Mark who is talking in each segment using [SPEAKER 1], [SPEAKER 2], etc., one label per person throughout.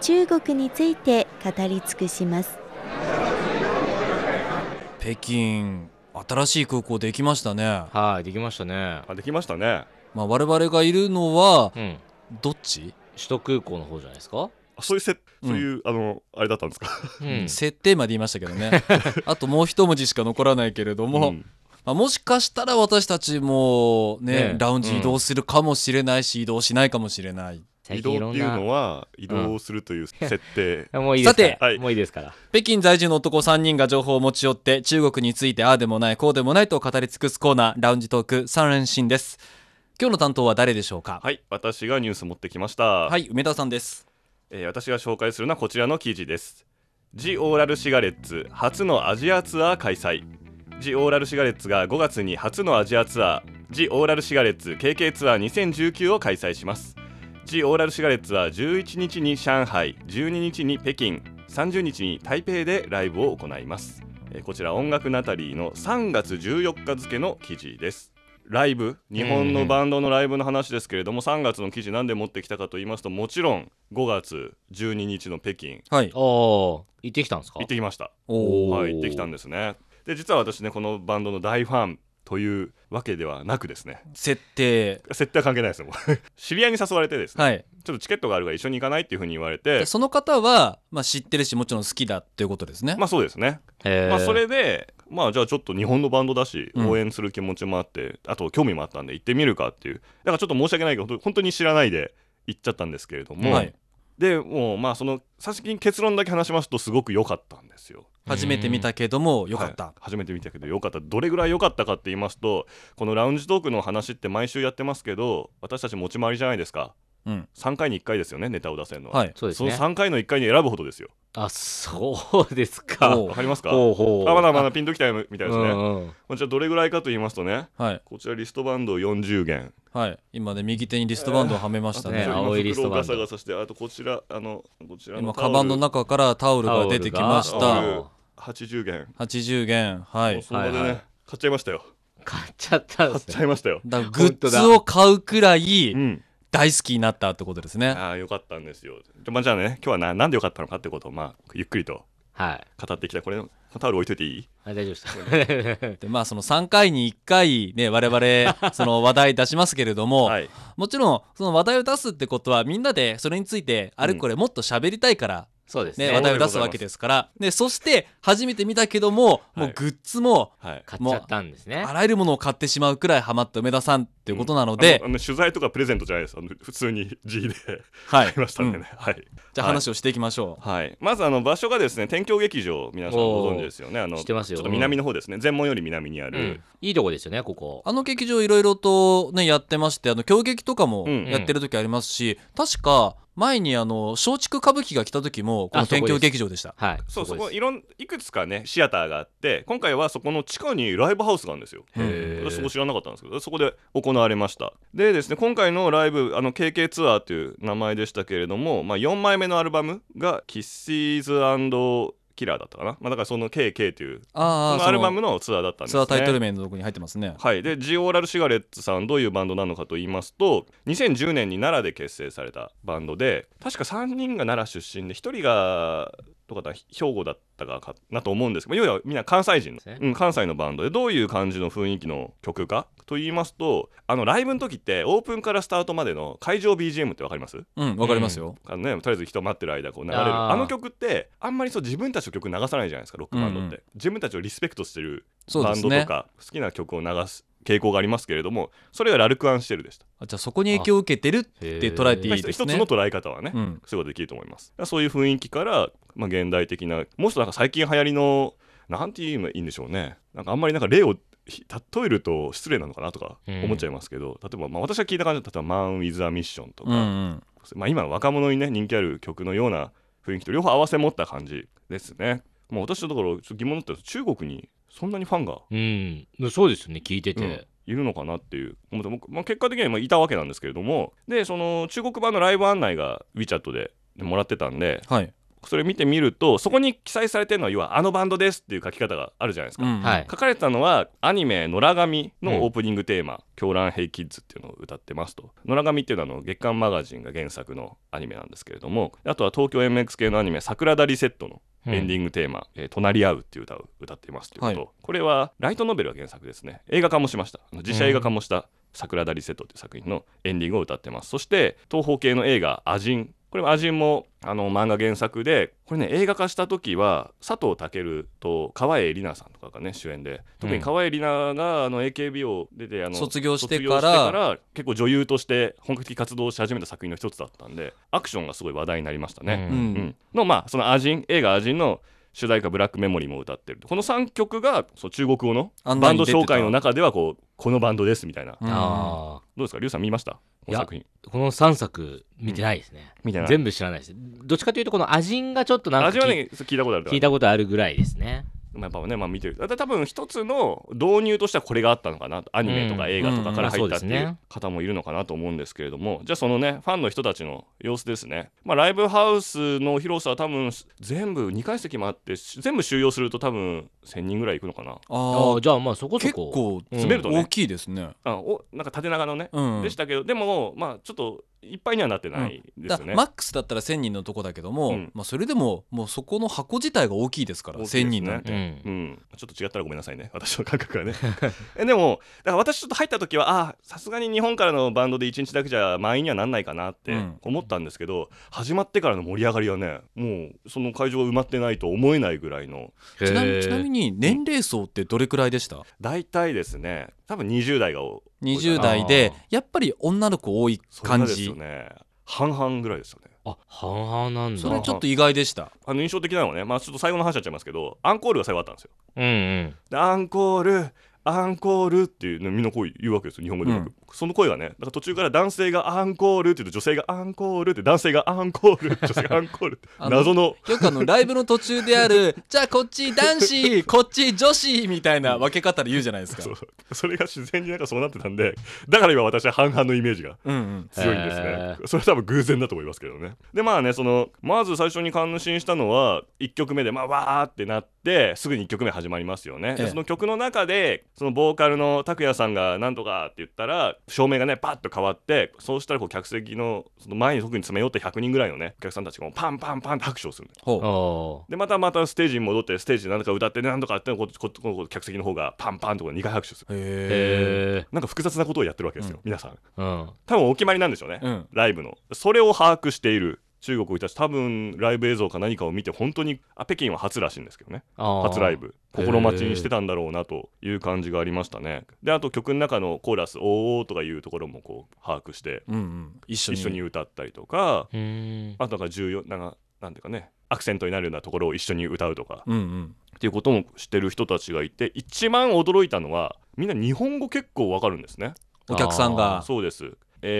[SPEAKER 1] 中国について語り尽くします。
[SPEAKER 2] 北京新しい空港できましたね、
[SPEAKER 3] はい、できましたね。
[SPEAKER 4] あできましたね
[SPEAKER 2] まあ、我々がいるのは
[SPEAKER 3] うん。
[SPEAKER 2] どっち、
[SPEAKER 3] 首都空港の方じゃないですか。
[SPEAKER 4] あそういうせ
[SPEAKER 2] うん
[SPEAKER 4] そういう、あのあれだったんです か、
[SPEAKER 3] うん
[SPEAKER 2] 設定まで言いましたけどねあともう一文字しか残らないけれども、
[SPEAKER 4] うん
[SPEAKER 2] まあ、もしかしたら私たちもね
[SPEAKER 3] ねえ
[SPEAKER 2] ラウンジ移動するかもしれないし、移動しないかもしれない
[SPEAKER 3] 最
[SPEAKER 4] 移
[SPEAKER 3] 近
[SPEAKER 4] 動っていうの
[SPEAKER 3] い
[SPEAKER 4] は移動するという設 定、
[SPEAKER 3] ろんなもういいですから。
[SPEAKER 2] さ
[SPEAKER 4] てはい
[SPEAKER 3] もういいですから。
[SPEAKER 2] 北京在住の男3人が情報を持ち寄って中国についてああでもないこうでもないと語り尽くすコーナーラウンジトーク3連新です今日の担当は誰でしょうか
[SPEAKER 4] はい私がニュース持ってきました、
[SPEAKER 2] はい梅田さんです
[SPEAKER 4] えー私が紹介するのはこちらの記事ですジオーラルシガレッツ初のアジアツアー開催ジオーラルシガレッツが5月に初のアジアツアージオーラルシガレッツ KK ツアー2019を開催しますジオーラルシガレッツは11日に上海12日に北京30日に台北でライブを行いますえーこちら音楽ナタリーの3月14日付の記事ですライブ日本のバンドのライブの話ですけれども3月の記事なんで持ってきたかと言いますともちろん5月12日の北京
[SPEAKER 2] はい
[SPEAKER 3] ああ、行ってきたんですか。
[SPEAKER 4] 行ってきました
[SPEAKER 2] お
[SPEAKER 3] ー
[SPEAKER 4] はい行ってきたんですねで実は私ねこのバンドの大ファンというわけではなくですね
[SPEAKER 2] 設定
[SPEAKER 4] 設定は関係ないですよもう 知り合いに誘われてですね、
[SPEAKER 2] はい
[SPEAKER 4] ちょっとチケットがあるから一緒に行かないっていうふうに言われて
[SPEAKER 2] でその方は、まあ、知ってるしもちろん好きだっていうことですね、
[SPEAKER 4] まあそうですね
[SPEAKER 3] へー
[SPEAKER 4] まあ、そ。れで、まあ、じゃあちょっと日本のバンドだし
[SPEAKER 2] うん
[SPEAKER 4] 応援する気持ちもあって、あと興味もあったんで行ってみるかっていうだからちょっと申し訳ないけどほんと本当に知らないで行っちゃったんですけれども、
[SPEAKER 2] はい、
[SPEAKER 4] でもうまあその最近結論だけ話しますとすごく良かったんですよ。
[SPEAKER 2] 初めて見たけどもよかった、
[SPEAKER 4] はい初めて見たけど良かったどれぐらい良かったかって言いますとこのラウンジトークの話って毎週やってますけど私たち持ち回りじゃないですか
[SPEAKER 2] うん
[SPEAKER 4] 3回に1回ですよねネタを出せるのは、
[SPEAKER 2] はい
[SPEAKER 3] そうです
[SPEAKER 4] その
[SPEAKER 3] ね。
[SPEAKER 4] 3回の1回に選ぶほどですよ
[SPEAKER 3] あ、そうですか。
[SPEAKER 2] おう
[SPEAKER 4] わかりますか
[SPEAKER 3] ほうほう。
[SPEAKER 4] あまだまだピンときたみたいですね、
[SPEAKER 3] うんうん
[SPEAKER 4] まあじゃあどれぐらいかと言いますとね
[SPEAKER 2] はい
[SPEAKER 4] こちらリストバンドを40弦
[SPEAKER 2] はい今ね右手にリストバンドをはめましたね,、
[SPEAKER 3] えーあとね青いリストバンド
[SPEAKER 4] 袋をガサガサしてあとこちらあのこちらの
[SPEAKER 2] 今
[SPEAKER 4] タ
[SPEAKER 2] カ
[SPEAKER 4] オル
[SPEAKER 2] バンの中からタオル
[SPEAKER 3] タオ
[SPEAKER 2] が
[SPEAKER 3] ルが
[SPEAKER 2] 出てきまし
[SPEAKER 4] タオ
[SPEAKER 2] た
[SPEAKER 4] ル80弦、
[SPEAKER 2] 80元はい
[SPEAKER 4] もうその場でね、
[SPEAKER 3] はいはい
[SPEAKER 4] 買っちゃいましたよ
[SPEAKER 3] 買っちゃったんで
[SPEAKER 4] 買っ
[SPEAKER 3] す
[SPEAKER 4] ち
[SPEAKER 3] ね。
[SPEAKER 4] ゃいましたよ、
[SPEAKER 2] だからグッズを買うくらい
[SPEAKER 4] うん、
[SPEAKER 2] 大好きになったってことです ね
[SPEAKER 4] ああよかったんですよじゃ,、まあ、じゃあね今日はななんでよかったのかってことをまあゆっくりと
[SPEAKER 3] はい。
[SPEAKER 4] 語っていきたいこれこのタオル置いといていい
[SPEAKER 3] あ大丈夫です か。
[SPEAKER 2] でまあその3回に1回ね我々その話題出しますけれども、
[SPEAKER 4] はい
[SPEAKER 2] もちろんその話題を出すってことはみんなでそれについてあれこれもっと喋りたいから、
[SPEAKER 3] そうです
[SPEAKER 2] ね、
[SPEAKER 3] ね。
[SPEAKER 2] 話
[SPEAKER 4] また
[SPEAKER 2] 題を出すわけですからでそして初めて見たけども、も
[SPEAKER 4] は
[SPEAKER 2] う
[SPEAKER 4] い
[SPEAKER 2] グッズも
[SPEAKER 4] はい
[SPEAKER 3] 買っちゃったんですね
[SPEAKER 2] あ。らゆるものを買ってしまうくらいハマった梅田さんっていうことなので、
[SPEAKER 4] あの取材とかプレゼントじゃないですあの普通に G で
[SPEAKER 2] はい、
[SPEAKER 4] 買いましたんで
[SPEAKER 2] うん
[SPEAKER 4] ね、はい
[SPEAKER 2] じゃあ話をしていきましょう、
[SPEAKER 4] はい、まずあの場所がですね天橋劇場皆さんご存知ですよねあの
[SPEAKER 3] 知ってますよ
[SPEAKER 4] ちょっと南の方ですね全門より南にあ
[SPEAKER 3] う
[SPEAKER 4] る
[SPEAKER 3] ん、いいとこですよね、ここ。
[SPEAKER 2] あの劇場いろいろとねやってましてあの狂劇とかも
[SPEAKER 4] うん
[SPEAKER 2] やってる時ありますし、確か前にあの松竹歌舞伎が来た時もこの
[SPEAKER 3] あそ
[SPEAKER 2] 天
[SPEAKER 3] こです
[SPEAKER 2] 橋劇場でした
[SPEAKER 3] はい。
[SPEAKER 4] そうそ
[SPEAKER 3] で
[SPEAKER 4] こ
[SPEAKER 3] す
[SPEAKER 4] いろんいくつかねシアターがあって今回はそこの地下にライブハウスがあるんですよ
[SPEAKER 2] うん
[SPEAKER 3] へー
[SPEAKER 4] 私そこ知らなかったんですけどそこで行われましたでですね今回のライブあの KK ツアーという名前でしたけれども、まあ、4枚目のアルバムが「Kisses& キラーだったかな、まあ、だからその KK という
[SPEAKER 2] あ
[SPEAKER 4] そ
[SPEAKER 2] あ
[SPEAKER 4] のアルバムのツアーだったんです
[SPEAKER 2] ツ
[SPEAKER 4] ね
[SPEAKER 2] アータイトル名のとこに入ってますね
[SPEAKER 4] はい、でジオーラルシガレッツさんどういうバンドなのかと言いますと2010年に奈良で結成されたバンドで確か3人が奈良出身で1人がとかだ兵庫だったかなと思うんですけど要はみんな関西人の
[SPEAKER 3] ですね、
[SPEAKER 4] うん、関西のバンドでどういう感じの雰囲気の曲かと言いますとあのライブの時ってオープンからスタートまでの会場 BGM って分かります
[SPEAKER 2] うんわかりますよ、
[SPEAKER 4] あの、ね、とりあえず人待ってる間こう流れる
[SPEAKER 3] あ
[SPEAKER 4] あ
[SPEAKER 3] ー
[SPEAKER 4] の曲ってあんまりそう自分たちの曲流さないじゃないですかロックバンドって、
[SPEAKER 2] うんうん
[SPEAKER 4] 自分たちをリスペクトしてる
[SPEAKER 2] そう
[SPEAKER 4] バ
[SPEAKER 2] で
[SPEAKER 4] ン
[SPEAKER 2] す
[SPEAKER 4] ドと
[SPEAKER 2] ね
[SPEAKER 4] か好きな曲を流す傾向がありますけれどもそれがラルクアンシェルでした、
[SPEAKER 2] あじゃあそこに影響を受けてるって捉えてい
[SPEAKER 4] まあ
[SPEAKER 2] い
[SPEAKER 4] 一つ
[SPEAKER 2] です
[SPEAKER 4] 一つ
[SPEAKER 2] ね
[SPEAKER 4] の捉え方はね、
[SPEAKER 2] うん
[SPEAKER 4] すごいできると思いますだからそういう雰囲気から、まあ、現代的なもしなんか最近流行りのなんて言えばいいんでしょうねなんかあんまりなんか例をひ例えると失礼なのかなとか
[SPEAKER 3] うん
[SPEAKER 4] 思っちゃいますけど、例えば、まあ、私が聞いた感じだったら「マン・ウィズ・ア・ミッション」とか、
[SPEAKER 2] うんうん
[SPEAKER 4] まあ、今若者にね人気ある曲のような雰囲気と両方合わせ持った感じですね。もう私のところちょっと疑問だったんです中国にそんなにファンが
[SPEAKER 3] うん、そうですよね聞いてて、
[SPEAKER 4] うんいるのかなっていう思って僕、まあ、結果的にはまあいたわけなんですけれどもでその中国版のライブ案内が WeChat でもらってたんで
[SPEAKER 2] はい。
[SPEAKER 4] それ見てみるとそこに記載されてるのは要はあのバンドですっていう書き方があるじゃないですか、
[SPEAKER 2] うん
[SPEAKER 3] はい
[SPEAKER 4] 書かれてたのはアニメ「野良神」のオープニングテーマ「狂乱兵キッズ」っていうのを歌ってますと「野良神」っていうのはあの月刊マガジンが原作のアニメなんですけれどもあとは東京 MX 系のアニメ「桜田リセット」のエンディングテーマ「えー隣り合う」っていう歌を歌っていますということ、
[SPEAKER 2] は
[SPEAKER 4] これはライトノベルが原作ですね映画化もしましたあの自社映画化もした「桜田リセット」っていう作品のエンディングを歌ってますそして東方系の映画「アジン」これもアジンもあの漫画原作でこれね映画化した時は佐藤健と川栄李奈さんとかがね主演で特に川栄李奈があの AKB を出てあの
[SPEAKER 2] 卒業してから
[SPEAKER 4] 卒業してから結構女優として本格的活動をし始めた作品の一つだったんでアクションがすごい話題になりましたね。
[SPEAKER 3] うん
[SPEAKER 2] うん
[SPEAKER 4] うんのまあそのアジン映画「アジン」の主題歌「ブラックメモリー」も歌ってるとこの3曲がそう中国語の
[SPEAKER 2] 案
[SPEAKER 4] バ
[SPEAKER 2] 内に
[SPEAKER 4] ンド
[SPEAKER 2] 出てた
[SPEAKER 4] 紹介の中ではこうこのバンドですみたいな、ど
[SPEAKER 2] うん
[SPEAKER 3] あ
[SPEAKER 4] うですかリュウさん見ましたこの
[SPEAKER 3] や
[SPEAKER 4] 作品
[SPEAKER 3] あこの3作見てないですね、
[SPEAKER 4] みたいな
[SPEAKER 3] 全部知らないですどっちかというとこの「アジン」がちょっとなんか
[SPEAKER 4] 味は
[SPEAKER 3] 聞い
[SPEAKER 4] ねそう聞いたことある
[SPEAKER 3] 聞いたことあるぐらいですね
[SPEAKER 4] まあやっぱね、まあ、見てるだ多分一つの導入としてはこれがあったのかなとアニメと
[SPEAKER 3] う
[SPEAKER 4] か
[SPEAKER 3] ん
[SPEAKER 4] 映画とかから
[SPEAKER 3] うんまあそ
[SPEAKER 4] 入ったって
[SPEAKER 3] うで
[SPEAKER 4] い
[SPEAKER 3] す
[SPEAKER 4] う
[SPEAKER 3] ね
[SPEAKER 4] 方もいるのかなと思うんですけれども、じゃあそのねファンの人たちの様子ですね、まあ、ライブハウスの広さは多分全部2階席もあってし全部収容すると多分1000人ぐらいいくのかな
[SPEAKER 2] あ
[SPEAKER 3] あ
[SPEAKER 2] あ
[SPEAKER 3] あ、じゃあまあそこそ
[SPEAKER 2] 結
[SPEAKER 3] こ
[SPEAKER 2] 構
[SPEAKER 3] 詰
[SPEAKER 4] めるとね
[SPEAKER 2] 大きいですね。
[SPEAKER 4] あおなんか縦長のね、
[SPEAKER 2] うん。
[SPEAKER 4] でしたけどでもまあちょっといっぱいにはなってないです
[SPEAKER 2] だ
[SPEAKER 4] よ
[SPEAKER 2] か
[SPEAKER 4] ね、
[SPEAKER 2] らマックスだったら1000人のとこだけども、
[SPEAKER 4] うん
[SPEAKER 2] まあ、それでももうそこの箱自体が大きいですから
[SPEAKER 4] 大きいです
[SPEAKER 2] 1000
[SPEAKER 4] ね
[SPEAKER 2] 人なんて、
[SPEAKER 3] うん
[SPEAKER 4] うん、ちょっと違ったらごめんなさいね私の感覚はね えでもだから私ちょっと入った時はあさすがに日本からのバンドで1日だけじゃ満員にはなんないかなって
[SPEAKER 2] うん
[SPEAKER 4] 思ったんですけど、始まってからの盛り上がりはねもうその会場が埋まってないと思えないぐらいの
[SPEAKER 2] ちなみ
[SPEAKER 3] へえ
[SPEAKER 2] ちなみに年齢層ってどれくらいでした、
[SPEAKER 4] 大体ですね多分20代が多いか
[SPEAKER 2] 20
[SPEAKER 4] な
[SPEAKER 2] 代でやっぱり女の子多い
[SPEAKER 4] それが
[SPEAKER 2] 感
[SPEAKER 4] です
[SPEAKER 2] じ
[SPEAKER 4] よね半々ぐらいですよね
[SPEAKER 3] あ半々なんだ
[SPEAKER 2] それちょっと意外でした
[SPEAKER 4] あの印象的なのはね、まあ、ちょっと最後の話になっちゃいますけどアンコールが最後あったんですよ
[SPEAKER 3] うんうん
[SPEAKER 4] でアンコールアンコールっていうのみんなこう言うわけですよ日本語でなく、
[SPEAKER 2] うん
[SPEAKER 4] その声がねだから途中から男性がアンコールって言うと女性がアンコールって男性がアン コール女性がアンコールって
[SPEAKER 2] あの
[SPEAKER 4] 謎の
[SPEAKER 2] よくあのライブの途中であ るじゃあこっち男子こっち女子みたいな分け方で言うじゃないですか
[SPEAKER 4] そうそれが自然になんかそうなってたんでだから今私は半々のイメージが
[SPEAKER 2] うんうん
[SPEAKER 4] 強いんですね
[SPEAKER 3] へ
[SPEAKER 4] それは多分偶然だと思いますけどねでまあねそのまず最初に感心したのは1曲目でまあわーってなってすぐに1曲目始まりますよね、で
[SPEAKER 2] ええ
[SPEAKER 4] その曲の中でそのボーカルの拓哉さんがなんとかって言ったら照明がねパッと変わってそうしたらこう客席のその前に特に詰め寄って100人ぐらいのねお客さんたちがもうパンパンパンって拍手をするんです
[SPEAKER 2] ほう
[SPEAKER 3] お
[SPEAKER 4] でまたまたステージに戻ってステージで何とか歌ってなんとかってここここ客席の方がパンパンとこう2回拍手す
[SPEAKER 3] ー
[SPEAKER 4] る
[SPEAKER 2] へえ
[SPEAKER 3] へえ
[SPEAKER 4] なんか複雑なことをやってるわけですよ、皆さん
[SPEAKER 3] うん
[SPEAKER 4] 多分お決まりなんでしょうね、
[SPEAKER 2] うん
[SPEAKER 4] ライブのそれを把握している中国の人たち多分ライブ映像か何かを見て本当にあ北京は初らしいんですけどね
[SPEAKER 3] あー
[SPEAKER 4] 初ライブ
[SPEAKER 3] へー
[SPEAKER 4] 心待ちにしてたんだろうなという感じがありましたねであと曲の中のコーラス「おーおー」とかいうところもこう把握して
[SPEAKER 2] うんうん一緒
[SPEAKER 4] 一
[SPEAKER 2] に
[SPEAKER 4] 緒に歌ったりとか
[SPEAKER 3] うーん
[SPEAKER 4] あとなんか重要なんかなんていうかねアクセントになるようなところを一緒に歌うとか
[SPEAKER 2] うんうん
[SPEAKER 4] っていうこともしてる人たちがいて一番驚いたのはみんな日本語結構わかるんですね
[SPEAKER 2] お客さん
[SPEAKER 3] あ
[SPEAKER 2] が
[SPEAKER 4] そうです、えー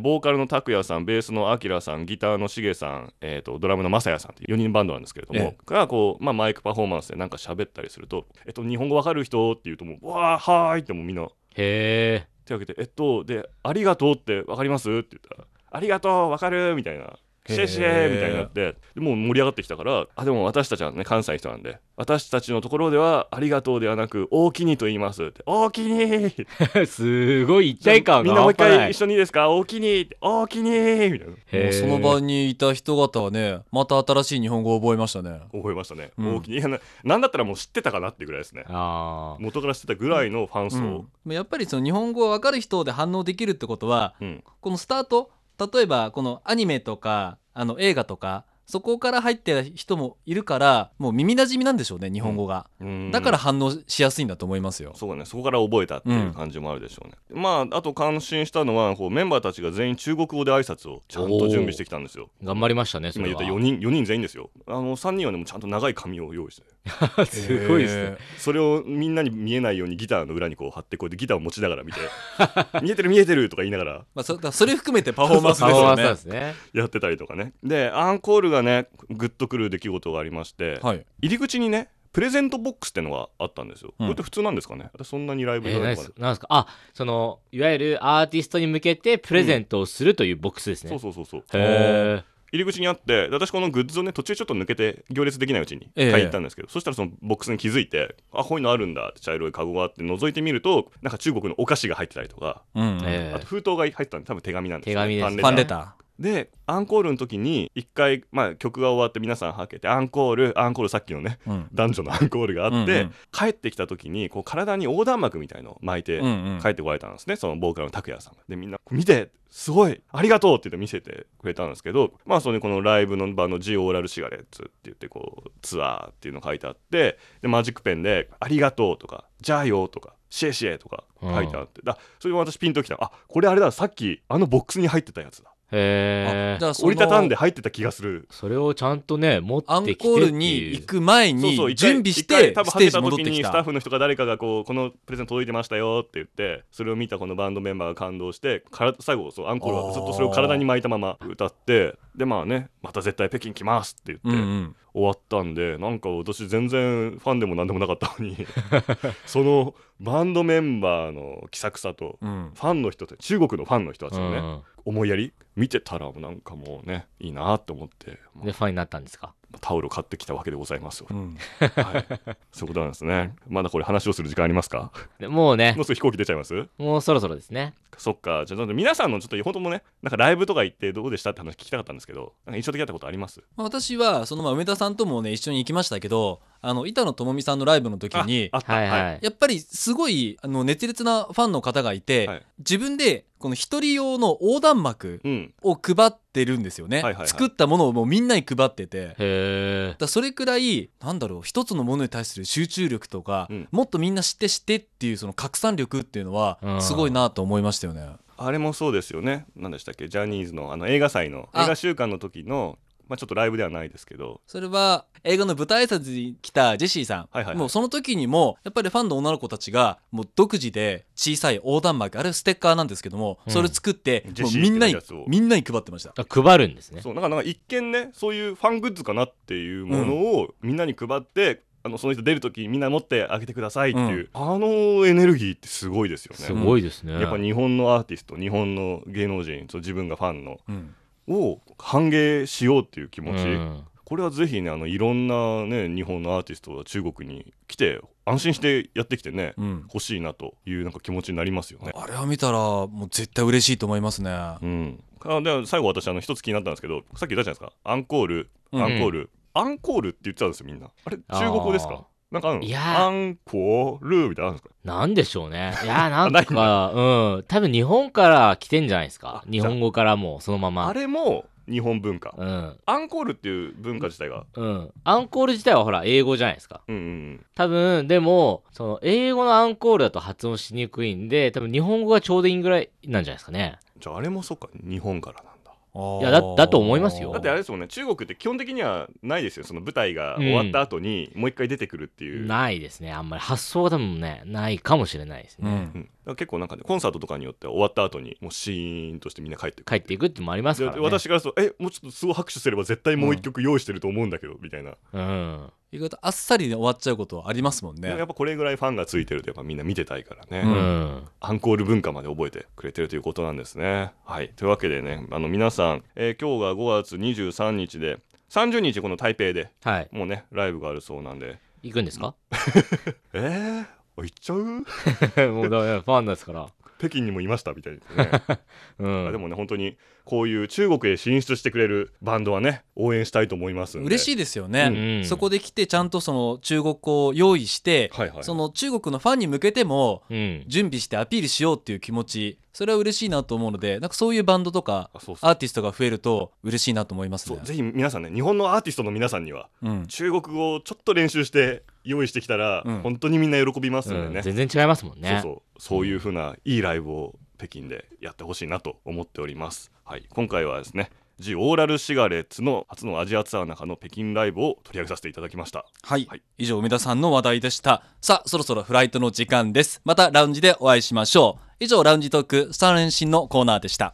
[SPEAKER 4] ボーカルの拓也さんベースのアキラさんギターのしげさん、えー、とドラムのまさやさんって4人バンドなんですけれども、
[SPEAKER 2] え
[SPEAKER 4] がこう、まあ、マイクパフォーマンスでなんか喋ったりすると「えっと日本語わかる人?」って言うともう「わあはーい」ってもうみんな
[SPEAKER 3] へえ
[SPEAKER 4] 手を挙げて「えっとでありがとうってわかります?」って言ったら「ありがとうわかる」みたいな。
[SPEAKER 2] へー
[SPEAKER 4] シェシェみたいになってでもう盛り上がってきたからあでも私たちはね関西の人なんで私たちのところでは「ありがとう」ではなく「大きに」と言いますって「大きに」
[SPEAKER 3] すごい一体感
[SPEAKER 4] み
[SPEAKER 3] が
[SPEAKER 4] んなもう一
[SPEAKER 3] 半端な
[SPEAKER 4] 回
[SPEAKER 3] い
[SPEAKER 4] 一緒にいいですかおおきにおおきにみたいな
[SPEAKER 2] も
[SPEAKER 3] へ
[SPEAKER 2] う
[SPEAKER 3] ー
[SPEAKER 2] その場にいた人方はねまた新しい日本語を覚えましたね
[SPEAKER 4] 覚えましたね、
[SPEAKER 2] うん
[SPEAKER 4] 大きにいやななんだったらもう知ってたかなっていうぐらいですね
[SPEAKER 3] ああ
[SPEAKER 4] 元から知ってたぐらいのファン層、うん
[SPEAKER 2] うん、やっぱりその日本語が分かる人で反応できるってことはこのスタート例えばこのアニメとかあの映画とかそこから入ってる人もいるからもう耳なじみなんでしょうね日本語が、
[SPEAKER 4] うん
[SPEAKER 2] だから反応しやすいんだと思いますよ、
[SPEAKER 4] そうだねそこから覚えたっていう感じもあるでしょうね、まああと感心したのはこうメンバーたちが全員中国語で挨拶をちゃんと準備してきたんですよ
[SPEAKER 3] 頑張りましたねそ
[SPEAKER 4] 今
[SPEAKER 3] れ
[SPEAKER 4] 言っ
[SPEAKER 3] は
[SPEAKER 4] た4人四人全員ですよあの3人はねもうちゃんと長い髪を用意して
[SPEAKER 3] すごいですね。
[SPEAKER 2] え
[SPEAKER 4] それをみんなに見えないようにギターの裏にこう貼ってこうやってギターを持ちながら見て見えてる見えてるとか言いながら
[SPEAKER 2] ーまあ、そだからそれ含めてパフォーマンス
[SPEAKER 3] パ
[SPEAKER 2] です
[SPEAKER 3] フォーマ
[SPEAKER 2] よ
[SPEAKER 3] ンスなんで
[SPEAKER 2] ね
[SPEAKER 3] すね。
[SPEAKER 4] やってたりとかねでアンコールがねグッとくる出来事がありまして、
[SPEAKER 2] はい
[SPEAKER 4] 入り口にねプレゼントボックスってのがあったんですよ、
[SPEAKER 2] うん
[SPEAKER 4] これって普通なんですかね私そんなにライブ
[SPEAKER 3] え
[SPEAKER 4] 行
[SPEAKER 3] ー、な
[SPEAKER 4] かないい
[SPEAKER 3] で
[SPEAKER 4] か
[SPEAKER 3] す
[SPEAKER 4] ら、
[SPEAKER 3] なんですかあそのいわゆるアーティストに向けてプレゼントをするというボックスですね、
[SPEAKER 4] そうそうそうそう
[SPEAKER 3] へえ
[SPEAKER 4] 入り口にあってで私このグッズをね途中ちょっと抜けて行列できないうちに
[SPEAKER 2] ええ
[SPEAKER 4] 買いに行ったんですけど、そしたらそのボックスに気づいてあこういうのあるんだって茶色いカゴがあって覗いてみるとなんか中国のお菓子が入ってたりとか、
[SPEAKER 2] うん
[SPEAKER 3] え
[SPEAKER 4] あと封筒が入ってたんで多分手紙なんです
[SPEAKER 3] 手
[SPEAKER 4] よ
[SPEAKER 3] 紙です
[SPEAKER 2] ファンレ
[SPEAKER 4] ー
[SPEAKER 2] タ
[SPEAKER 4] でアンコールの時に一回、まあ、曲が終わって皆さんはけてアンコールアンコールさっきのね
[SPEAKER 2] ー、うん
[SPEAKER 4] 男女のアンコールがあって、
[SPEAKER 2] うんうん
[SPEAKER 4] 帰ってきた時にこう体に横断幕みたいのを巻いて
[SPEAKER 2] うんうん
[SPEAKER 4] 帰ってこられたんですね、そのボーカルの拓也さんが。でみんな「見てすごいありがとう!」って言って見せてくれたんですけどまあそれでこのライブの場の「ジオーラルシガレッツ」って言ってこうツアーっていうの書いてあってでマジックペンで「ありがとう」とか「じゃあよ」とか「シェシェ」とか書いてあって、だそれで私ピンときたあこれあれださっきあのボックスに入ってたやつだ
[SPEAKER 3] へえ
[SPEAKER 2] あじゃあその
[SPEAKER 4] 折りたたんで入ってた気がする。
[SPEAKER 3] それをちゃんとね持ってきて
[SPEAKER 2] ア
[SPEAKER 3] っ
[SPEAKER 2] ン
[SPEAKER 3] ていう
[SPEAKER 2] コールに行く前
[SPEAKER 4] そうそう
[SPEAKER 2] に
[SPEAKER 4] 一回
[SPEAKER 2] 準備し
[SPEAKER 4] 一回
[SPEAKER 2] て
[SPEAKER 4] 多分
[SPEAKER 2] ステージ
[SPEAKER 4] 入
[SPEAKER 2] 戻
[SPEAKER 4] っ
[SPEAKER 2] ってて
[SPEAKER 4] た時
[SPEAKER 2] き
[SPEAKER 4] にスタッ
[SPEAKER 2] た
[SPEAKER 4] フの人か誰かがこうこのプレゼント届いてましたよって言ってそれを見たこのバンドメンバーが感動してから最後そうアンコールはずっとそれを体に巻いたまま歌ってでまあねまた絶対北京来ますって
[SPEAKER 2] う
[SPEAKER 4] 言
[SPEAKER 2] んう
[SPEAKER 4] って
[SPEAKER 2] ん
[SPEAKER 4] 終わったんでなんか私全然ファンでも何でもなかったの にそのバンドメンバーの気さくさと
[SPEAKER 2] うん
[SPEAKER 4] ファンの人って中国のファンの人たち
[SPEAKER 3] う
[SPEAKER 4] の
[SPEAKER 3] んう
[SPEAKER 4] ね
[SPEAKER 3] ん
[SPEAKER 4] 思いやり見てたらなんかもうねいいなって思ってま
[SPEAKER 3] でファンになったんですか
[SPEAKER 4] あタオルを買ってきたわけでございますよ
[SPEAKER 2] うん
[SPEAKER 4] はい、 そういうことなんですね。まだこれ話をする時間ありますか。
[SPEAKER 3] でもうね
[SPEAKER 4] もうすぐ飛行機出ちゃいます。
[SPEAKER 3] もうそろそろですね
[SPEAKER 4] そっか、じゃあ、なんで皆さんのちょっと、本当もね、なんかライブとか行って、どうでしたって話聞きたかったんですけど。なんか印象的だったことあります。
[SPEAKER 2] まあ私はそのまあ梅田さんともね一緒に行きましたけどあの板野友美さんのライブの時に
[SPEAKER 4] あった、
[SPEAKER 3] はいはい、
[SPEAKER 2] やっぱりすごいあの熱烈なファンの方がいて、
[SPEAKER 4] はい
[SPEAKER 2] 自分でこの一人用の横断幕
[SPEAKER 4] うん、
[SPEAKER 2] を配ってるんですよね、
[SPEAKER 4] はいはいはい
[SPEAKER 2] 作ったものをもうみんなに配っててだか
[SPEAKER 3] へえ
[SPEAKER 2] らそれくらいなんだろう一つのものに対する集中力とか、
[SPEAKER 4] うん
[SPEAKER 2] もっとみんな知って知ってっていうその拡散力っていうのは
[SPEAKER 3] うん
[SPEAKER 2] すごいなと思いましたよね。
[SPEAKER 4] あれもそうですよね。何でしたっけ、ジャニーズの、あの映画祭の、
[SPEAKER 2] あ
[SPEAKER 4] 映画週間の時の。まあ、ちょっとライブではないですけど。
[SPEAKER 2] それは映画の舞台挨拶に来たジェシーさん、
[SPEAKER 4] はいはいはい
[SPEAKER 2] もうその時にもやっぱりファンの女の子たちがもう独自で小さい横断幕あれはステッカーなんですけども、
[SPEAKER 3] うん
[SPEAKER 2] それ作って
[SPEAKER 4] ジェ
[SPEAKER 2] もう
[SPEAKER 4] シー
[SPEAKER 2] みんな
[SPEAKER 4] っ
[SPEAKER 2] に
[SPEAKER 4] てやつを
[SPEAKER 2] みんなに配ってました。
[SPEAKER 3] あ配るんですね
[SPEAKER 4] そう、なんか、なんか一見ね、そういうファングッズかなっていうものを、みんなに配って。あのその人出る時みんな持ってあげてくださいっていう、あのエネルギーってすごいですよね
[SPEAKER 3] すごいですね、
[SPEAKER 4] やっぱ日本のアーティスト日本の芸能人そう自分がファンの
[SPEAKER 2] うん
[SPEAKER 4] を歓迎しようっていう気持ち、
[SPEAKER 3] うん
[SPEAKER 4] これはぜひねあのいろんな、ね、日本のアーティストが中国に来て安心してやってきてね、
[SPEAKER 2] うん
[SPEAKER 4] 欲しいなというなんか気持ちになりますよね。
[SPEAKER 2] あれは見たらもう絶対嬉しいと思いますね。
[SPEAKER 4] うん、あで最後私あの一つ気になったんですけどさっき言ったじゃないですかアンコール
[SPEAKER 2] うん
[SPEAKER 4] アンコール、アンコールって言ってたんですよみんなあれ中国語ですかなんかあるの
[SPEAKER 3] いや
[SPEAKER 4] アンコールみたいなのあるんですか
[SPEAKER 3] なんでしょうね。い や、なん
[SPEAKER 4] ないん
[SPEAKER 3] か、うん。多分日本から来てんじゃないですか
[SPEAKER 4] あ。
[SPEAKER 3] 日本語からもうそのま
[SPEAKER 4] あ
[SPEAKER 3] ま。
[SPEAKER 4] れも日本文化、
[SPEAKER 3] うん。
[SPEAKER 4] アンコールっていう文化自体が
[SPEAKER 3] うん。アンコール自体はほら、英語じゃないですか。
[SPEAKER 4] うんうんうん
[SPEAKER 3] 多分、でも、その、英語のアンコールだと発音しにくいんで、多分日本語がちょうどいいぐらいなんじゃないですかね。
[SPEAKER 4] じゃああれもそっか日本からなんだ
[SPEAKER 2] い
[SPEAKER 3] いやだだと思いますよ
[SPEAKER 4] だってあれですもんね中国って基本的にはないですよその舞台が
[SPEAKER 3] うん
[SPEAKER 4] 終わった後にもう一回出てくるっていう、
[SPEAKER 3] ないですね。あんまり発想が多分ね、ないかもしれないです
[SPEAKER 2] う
[SPEAKER 3] ね。
[SPEAKER 4] うんんだから結構なんかねコンサートとかによっては終わった後にもうシーンとしてみんな帰ってく
[SPEAKER 3] 帰
[SPEAKER 4] る
[SPEAKER 3] っていくってのもあります
[SPEAKER 4] で
[SPEAKER 3] からね。
[SPEAKER 4] 私からすると「えもうちょっとすごい拍手すれば絶対もう一曲用意してると思うんだけど」みたいな、
[SPEAKER 3] うん。
[SPEAKER 2] 意外とあっさりで終わっちゃうことはありますもん
[SPEAKER 4] でもや
[SPEAKER 2] ね
[SPEAKER 4] っ。ぱこれぐらいファンがついてるとやっぱみんな見てたいからね、
[SPEAKER 2] うん
[SPEAKER 3] うん。
[SPEAKER 4] アンコール文化まで覚えてくれてるということなんですね。はい、というわけでねあの皆さん、えー今日が5月23日で30日この台北で
[SPEAKER 3] はい。
[SPEAKER 4] もうねライブがあるそうなんで
[SPEAKER 3] 行くんですか
[SPEAKER 4] えー、あ行っちゃ う
[SPEAKER 3] もうだめ、ファンですから。
[SPEAKER 4] 北京にもいましたみたいです ね
[SPEAKER 3] うん。
[SPEAKER 4] でもね本当にこういう中国へ進出してくれるバンドはね応援したいと思いますんで
[SPEAKER 2] 嬉し
[SPEAKER 4] い
[SPEAKER 2] いですよね、
[SPEAKER 3] うん
[SPEAKER 2] そこで来てちゃんとその中国語を用意して、
[SPEAKER 4] はいはい
[SPEAKER 2] その中国のファンに向けても
[SPEAKER 3] うん。
[SPEAKER 2] 準備してアピールしようっていう気持ちそれは嬉しいなと思うのでなんかそういうバンドとか
[SPEAKER 4] あそうそう
[SPEAKER 2] アーティストが増えると嬉しいなと思います
[SPEAKER 4] そ
[SPEAKER 2] ね
[SPEAKER 4] う。ぜひ皆さんね日本のアーティストの皆さんには
[SPEAKER 2] うん、
[SPEAKER 4] 中国語をちょっと練習して用意してきたら、
[SPEAKER 2] うん
[SPEAKER 4] 本当にみんな喜びますんでね,、
[SPEAKER 3] うん全然違いますもんね。
[SPEAKER 4] そうそうそういう風ないいライブを北京でやってほしいなと思っておりますはい今回はですねジオーラルシガレッツの初のアジアツアーの中の北京ライブを取り上げさせていただきました
[SPEAKER 2] はい、
[SPEAKER 4] はい
[SPEAKER 2] 以上梅田さんの話題でしたさあそろそろフライトの時間ですまたラウンジでお会いしましょう以上ラウンジトーク三連新のコーナーでした